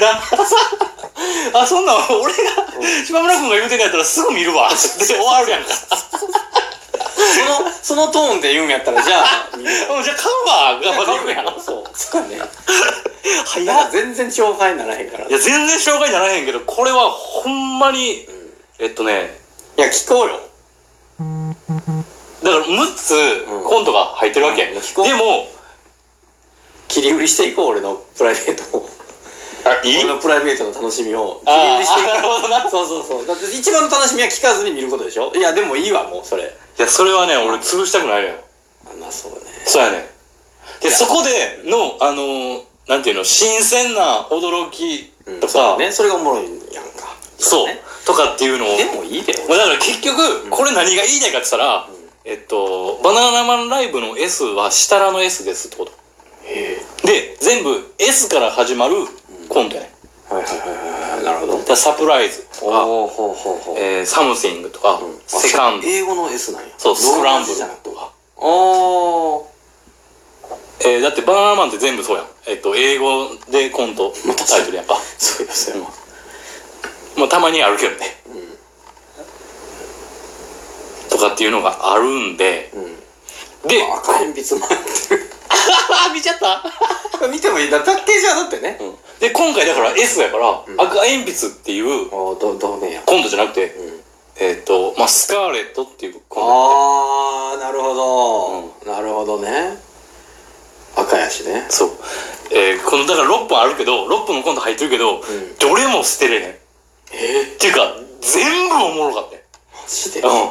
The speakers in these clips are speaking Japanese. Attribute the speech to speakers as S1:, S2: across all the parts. S1: な あそんなん俺が島村君が言うてんのやったらすぐ見る わつって終わるやんか
S2: その、そのトーンで言うんやったら、じゃあ、みんな
S1: うんじゃあ買うわがまず言うやん
S2: そう。そうやね。
S1: 早
S2: なん
S1: っ
S2: か全然紹介にならへんから。
S1: いや全然紹介にならへんけどこれはほんまにえっとね
S2: いや、聞こうよ。
S1: だから6つ
S2: うん
S1: コントが入ってるわけ、
S2: うん
S1: で
S2: 聞こう
S1: も
S2: 切り売りしていこう、俺のプライベートを。
S1: あい
S2: 俺のプライベートの楽しみを。切り売
S1: あ
S2: りしてい
S1: あなる
S2: こ
S1: ほどな
S2: う。そうそうそう。だって一番の楽しみは聞かずに見ることでしょいや、でもいいわ、もう、それ。
S1: いやそれはね俺潰したくないのよ
S2: あまあ、そうね。
S1: そうやねで
S2: いや
S1: そこでのあのーなんていうの新鮮な驚き
S2: うん
S1: と
S2: そ
S1: か、
S2: うね。それがおもろいんやんか。
S1: そう
S2: ね
S1: とかっていうのを
S2: でもいいで、
S1: ま
S2: 俺
S1: あだから結局
S2: ん
S1: これ何が言いたいかって言ったら、
S2: ん
S1: えっとバナナマンライブの S は設楽の S ですってこと
S2: へえ
S1: で全部 S から始まるコントやね
S2: はいはいはいはい。なるほど
S1: だ。からサプライズとか、
S2: おおほうほうほう。
S1: えー、サムシングとか、
S2: うん
S1: セカンド
S2: あ英語の S なんや。
S1: そうスクランブル
S2: じゃなくて。おー。
S1: えーだってバナナマンって全部そうやん、えっと、英語でコントタイトルやんか
S2: そうや、そうやわ。
S1: まあたまにあるけどね
S2: う
S1: とかっていうのがあるんで
S2: ん。うん。
S1: で
S2: あ赤鉛筆も入ってる。
S1: あ 見ちゃった、
S2: 見てもいいだ。だってじゃあだってね。
S1: うん、で今回だから S やから、
S2: ん
S1: 赤鉛筆っていう
S2: ああ、ど、どうねや。
S1: コントじゃなくて、
S2: うん。
S1: えっ、と、まあ、スカーレットっていうコン
S2: ああ、なるほど、なるほどね。赤やしね
S1: ト。。そう。えーこの、だから6本あるけど、6本のコント入ってるけど、
S2: ん
S1: どれも捨てれへん。
S2: え
S1: っていうか、全部おもろかったよ。
S2: マジで
S1: うん。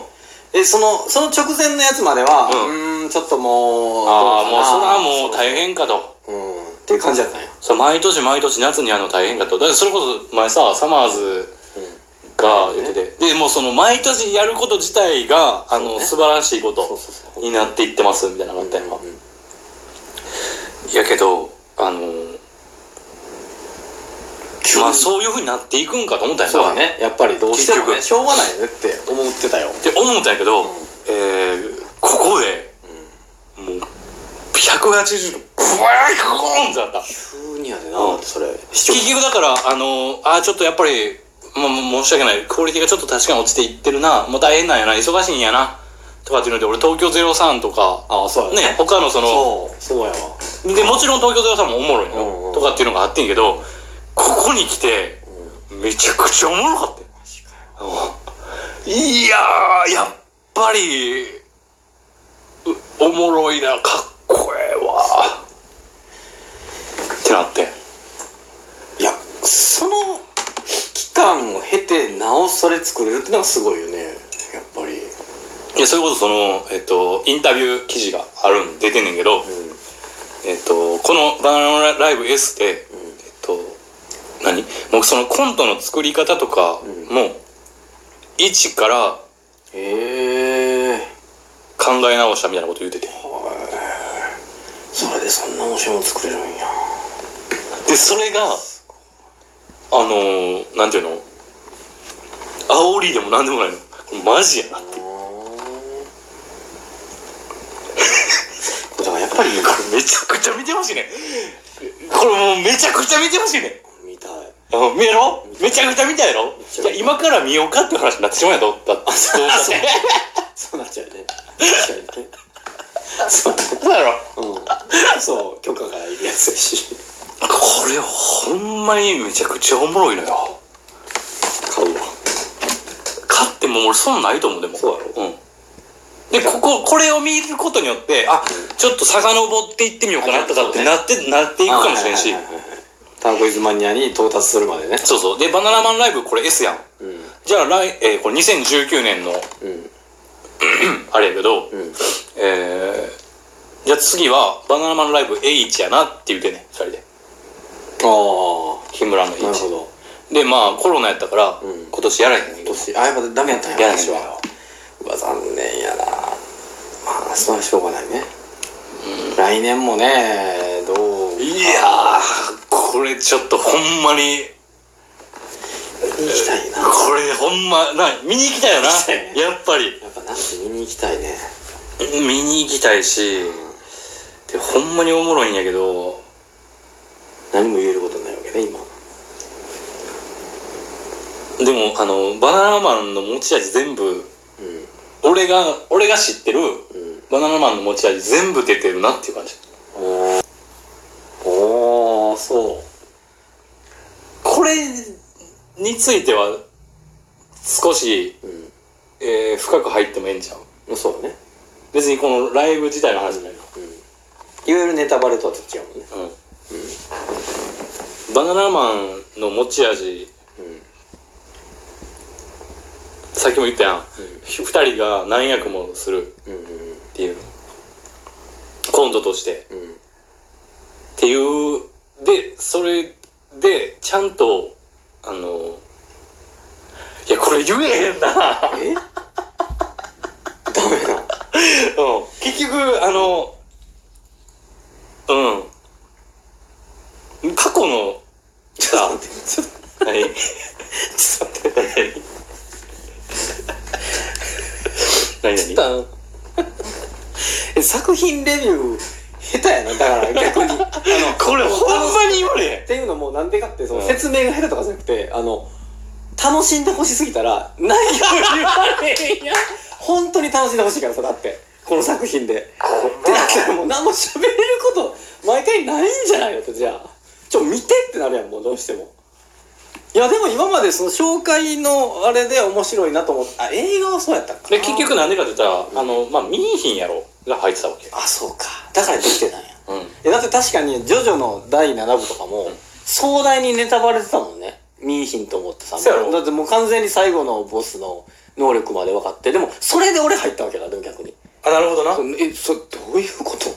S2: え、その、その直前のやつまでは、
S1: う
S2: うーん、ちょっともう、
S1: ああ、
S2: ど
S1: もうそれは
S2: う
S1: もう大変かと。
S2: かなうん。っていう感じだったんや。
S1: そう、毎年毎年夏にやるの大変かと。だからそれこそ前さ、サマーズが言ってて、で、もうその毎年やること自体が、あの、
S2: ね
S1: 素晴らしいこ
S2: そ
S1: と
S2: うそうそう
S1: になっていってます、みたいなのがあったよ。
S2: うんうん
S1: やけど、あのー、
S2: 急に
S1: まあそういう風になっていくんかと思ったよ
S2: そうだね。やっぱりどうしてもね、
S1: 結
S2: しょうがないよねって思ってたよ。
S1: って思ったんやけど、
S2: ん
S1: えー、ここで、もう180度ブワーイコーンってなった
S2: 急にやでな、だってそ れ。視聴
S1: 結局だからあのー、あーちょっとやっぱり、まあ、もう申し訳ないクオリティがちょっと確かに落ちていってるなもう大変なんやな忙しいんやなとかっていうので俺東京03とか
S2: ああ、そうや
S1: ね他のその
S2: そう、そうやわ。
S1: でもちろん東京03もおもろいのよ、
S2: うんうん
S1: とかっていうのがあってんけどここに来てめちゃくちゃおもろかったよいやー、やっぱり、うおもろいな、かっこええわ。ってなって。
S2: いや、その期間を経て、なおそれ作れるってのがすごいよね。やっぱり。
S1: いや、それこそその、えっと、インタビュー記事があるんで出てんねんけど、えっと、このバナナライブ S で、えっと、何もうそのコントの作り方とかも、一から
S2: へえ。
S1: 考え直したみたいなこと言ってて。
S2: それでそんな面白いもの作れる んや。
S1: でそれがあのー、なんていうの煽りでもなんでもないのこれマジやなって
S2: だからやっぱり
S1: めちゃくちゃ見てほしいねこれもうめちゃくちゃ見てほしいね
S2: 見たい。
S1: あの見えろめちゃくちゃ見たやろ
S2: ちゃ
S1: いや今から見ようかって話になってしまうやろだってどうしたって
S2: そうなっちゃうね。確 かにね。そうね。
S1: そうやろ
S2: うん。そう、許可がいるやつやし。
S1: これほんまにめちゃくちゃおもろいのよ
S2: 買うわ。
S1: 勝っても俺損ないと思うでも
S2: そうやろ
S1: うんでこここれを見ることによってあちょっと遡っていってみようかなとかってなって、なっていくかもしれんし
S2: はいはいはいはいターコイズマニアに到達するまでね。
S1: そうそう。で、バナナマンライブ、これ S やん。
S2: うん。
S1: じゃあ、来、えーこれ2019年の、
S2: うん。
S1: あれやけど、
S2: うん。
S1: えー、じゃあ次は、バナナマンライブ H やなって言うてね、二人で。
S2: あ
S1: 日村の
S2: あ、なるほ
S1: H。
S2: ど。
S1: で、まあ、コロナやったから、
S2: うん
S1: 今年やらへんねんけ
S2: 今
S1: ど。
S2: 年、あ、やっぱダメやったんや、
S1: やらへん
S2: 私は。うわ、残念やな。まあ、それはしょうがないね。来年もね、どう、
S1: いやー、これちょっとほんまに、
S2: 見に行きたいな。
S1: これほんま、な、見に行きたいよな
S2: 行きたい。ね
S1: やっぱり。
S2: やっぱ、なんて見に行きたいね。
S1: 見に行きたいし、で、ほんまにおもろいんやけど、
S2: 何も言えることないわけね、今。
S1: でもあのバナナマンの持ち味全部
S2: う
S1: 俺が俺が知ってる
S2: んうん
S1: バナナマンの持ち味全部出てるなっていう感じ
S2: おーおーそう
S1: これについては少し、
S2: う
S1: えー深く入ってもええんちゃうん
S2: そうだね
S1: 別にこのライブ自体の話じゃないの
S2: うんいわゆるネタバレとは違うもんね
S1: うんバナナマンの持ち味さっきも言ったやん2人が何役もする
S2: うんうんうん
S1: っていうコントとして
S2: うんうん
S1: っていうでそれでちゃんとあのいやこれ言えへんな
S2: えダメな
S1: うん結局あのうん過去の
S2: ちょっと待ってちょっと
S1: 何
S2: ちょっと待って
S1: 何
S2: ちょっ
S1: 何
S2: とあの え作品レビュー下手やなだから逆にっ
S1: これほんまに言われへん
S2: ていうのもなんでかってその
S1: うん
S2: 説明が下手とかじゃなくてあの楽しんでほしすぎたら内容言われへんやん本当に楽しんでほしいからさだってこの作品でってなったらもう何も喋れること毎回ないんじゃないのとじゃあちょ見てってなるやんもうどうしてもいやでも今までその紹介のあれで面白いなと思ってあ映画はそうやったんかな
S1: で結局なんでかって言ったら、あの、まあ、見えひんやろが入ってたわけ。
S2: あそうかだからできてたんや
S1: うん。
S2: えだって確かにジョジョの第7部とかも壮大にネタバレてたもんね見えひんと思ってさ
S1: そうやろ
S2: だってもう完全に最後のボスの能力まで分かってでもそれで俺入ったわけだでも逆に
S1: あ、なるほどな。
S2: そえそどういうこと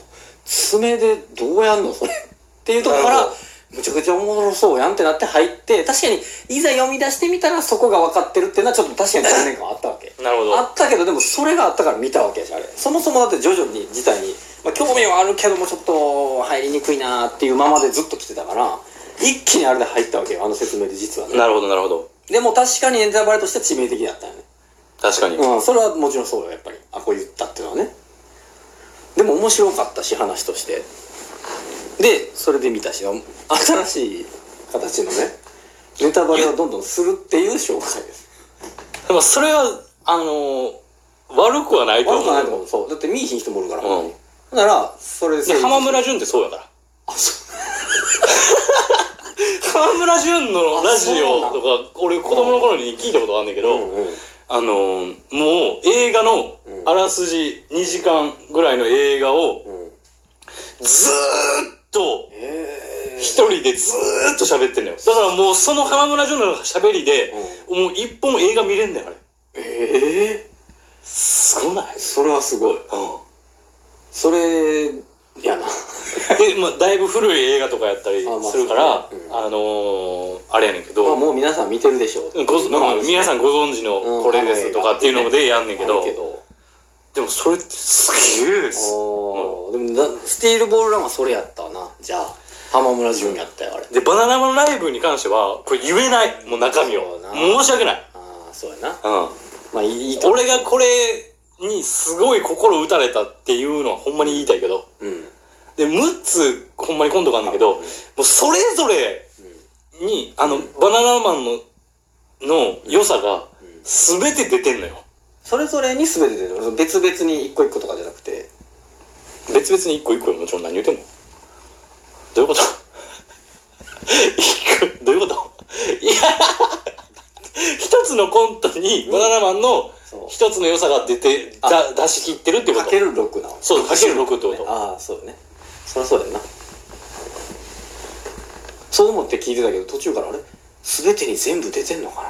S2: 爪でどうやんのそれっていうとこか
S1: な
S2: ら
S1: るほ
S2: むちゃくちゃおもろそうやんってなって入って確かにいざ読み出してみたらそこが分かってるっていうのはちょっと確かに残念感はあったわけ
S1: なるほど。
S2: あったけどでもそれがあったから見たわけじゃんあれそもそもだって徐々に自体に、まあ、興味はあるけどもちょっと入りにくいなーっていうままでずっと来てたから一気にあれで入ったわけよあの説明で実はね
S1: なるほど、なるほど。
S2: でも確かにネタバレとして致命的だったよね
S1: 確かに。
S2: うんそれはもちろんそうよやっぱりあこう言ったっていうのはねでも面白かったし話としてでそれで見たし新しい形のねネタバレをどんどんするっていう紹介です
S1: でも、それは、あのー悪くはないと
S2: 悪
S1: 思
S2: くはないと
S1: う。
S2: 思うそうだって見いひん人もおるか
S1: う
S2: ら、ほ
S1: ん
S2: んまに、だからそれで
S1: で、浜村淳ってそうやから。
S2: あそう
S1: 浜村淳のラジオ
S2: あそ
S1: とか、俺子供の頃に聞いたことあんねんけど、
S2: うんうん
S1: あのーもう映画の
S2: うん
S1: あらすじ2時間ぐらいの映画を
S2: うん
S1: ずーっと
S2: え
S1: 一人でずーっと喋ってんのよ。だからもうその浜村淳の喋りで、もう一本映画見れんねん、あれ。
S2: ええ
S1: すごない
S2: それはすごいそれやな
S1: で、まあ、だいぶ古い映画とかやったり
S2: あまあ
S1: するから、あ
S2: そうねうん
S1: のーあれやねんけど、
S2: まあもう皆さん見てるでしょう
S1: ごまあ皆さ
S2: ん
S1: んご存知のこれですとかっていうのでやんねんけど、
S2: けど
S1: でもそれってすげえです。
S2: おーでもなスティールボールランはそれやったなじゃあ浜村淳やったよあれ
S1: で、バナナマンライブに関しては、これ言えない。もう中身
S2: そ
S1: を
S2: う。だな
S1: 申し訳ない。
S2: ああそうやな
S1: うん。
S2: まあいいいいと
S1: 俺がこれにすごい心打たれたっていうのはほんまに言いたいけど、
S2: うん
S1: で、6つほんまに今度があるんだけど、もうそれぞれに、あの、バナナマンの、の良さが、すべて出てんのよ。
S2: それぞれに全て出てる別々に一個一個とかじゃなくて
S1: 別々に一個一個よもちろん何言うてんのどういうこと一個、どういうこといや、一つのコントに、バナナマンの
S2: そう
S1: 一つの良さが出て、だ出し切ってるってこ
S2: かけ
S1: と。
S2: る6なの
S1: そう、かける6ってこと。
S2: ああそうねそりゃそうだよなそう思って聞いてたけど途中からあれ全てに全部出てんのか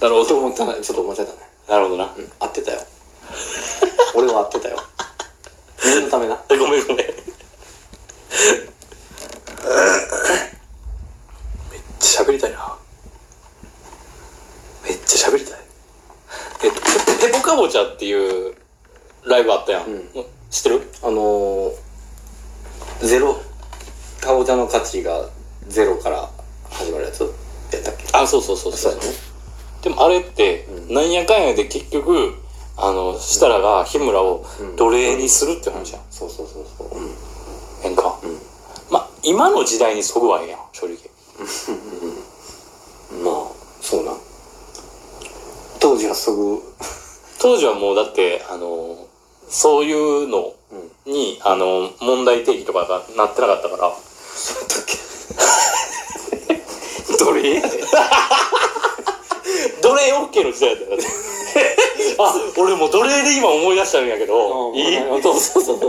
S2: な
S1: なるほ
S2: と
S1: ど。
S2: 思ったらちょっと思っちゃったね
S1: なるほどな。
S2: うん合ってたよ俺は合ってたよ念のためな
S1: ごめんごめん。めっちゃ喋りたいな。めっちゃ喋りたい。えっと、ペポカボチャっていうライブあったやん。
S2: うん
S1: 知ってる
S2: あのー、ゼロかぼちゃの価値がゼロから始まるやつやったっけ
S1: あ、そうそうそうそう。でもあれって、
S2: う
S1: なんやかんやで結局、あの、設楽が日村を
S2: うん
S1: 奴隷にするって話やん。
S2: そうそうそうそううん
S1: 変か。
S2: うん
S1: ま、今の時代にそぐわへんやん、正直。
S2: まあそうな当時はすぐ、
S1: 当時はもうだって、あの、そういうの
S2: うん。
S1: に、あの、問題提起とかがなってなかったから、
S2: そうだっけ奴隷やで。
S1: 奴隷 OK の時代だ ったよだって。あ、俺もう奴隷で今思い出したんやけど、いい
S2: うんそうそうそう。